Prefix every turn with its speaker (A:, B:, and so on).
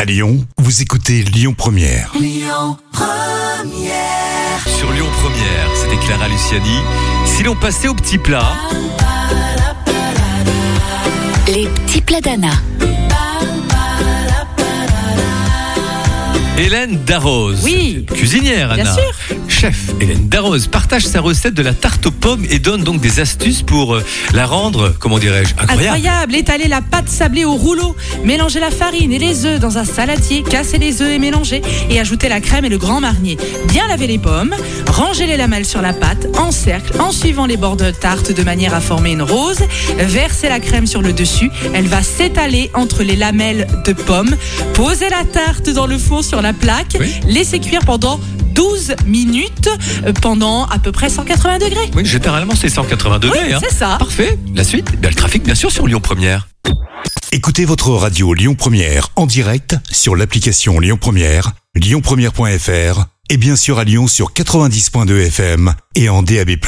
A: À Lyon, vous écoutez Lyon Première.
B: Sur Lyon Première, c'était Clara Luciani. Si l'on passait au petit plat,
C: Les petits plats d'Anna.
B: Hélène Darroze,
D: Oui.
B: cuisinière Anna,
D: Bien
B: chef Hélène Darroze partage sa recette de la tarte aux pommes et donne donc des astuces pour euh, la rendre, comment dirais-je,
D: Incroyable.
B: incroyable.
D: Étaler la pâte sablée au rouleau, mélanger la farine et les œufs dans un saladier, casser les œufs et mélanger, et ajouter la crème et le grand marnier. Bien laver les pommes, ranger les lamelles sur la pâte en cercle, en suivant les bords de tarte de manière à former une rose. Verser la crème sur le dessus, elle va s'étaler entre les lamelles de pommes. Poser la tarte dans le four sur la plaque,
B: Oui.
D: laisser cuire pendant 12 minutes, euh, pendant à peu près 180 degrés.
B: Oui, généralement c'est 180 degrés. hein.
D: C'est ça.
B: Parfait. La suite, Eh bien, le trafic bien sûr sur Lyon Première.
A: Écoutez votre radio Lyon Première en direct sur l'application Lyon Première, lyonpremière.fr et bien sûr à Lyon sur 90.2 FM et en DAB+.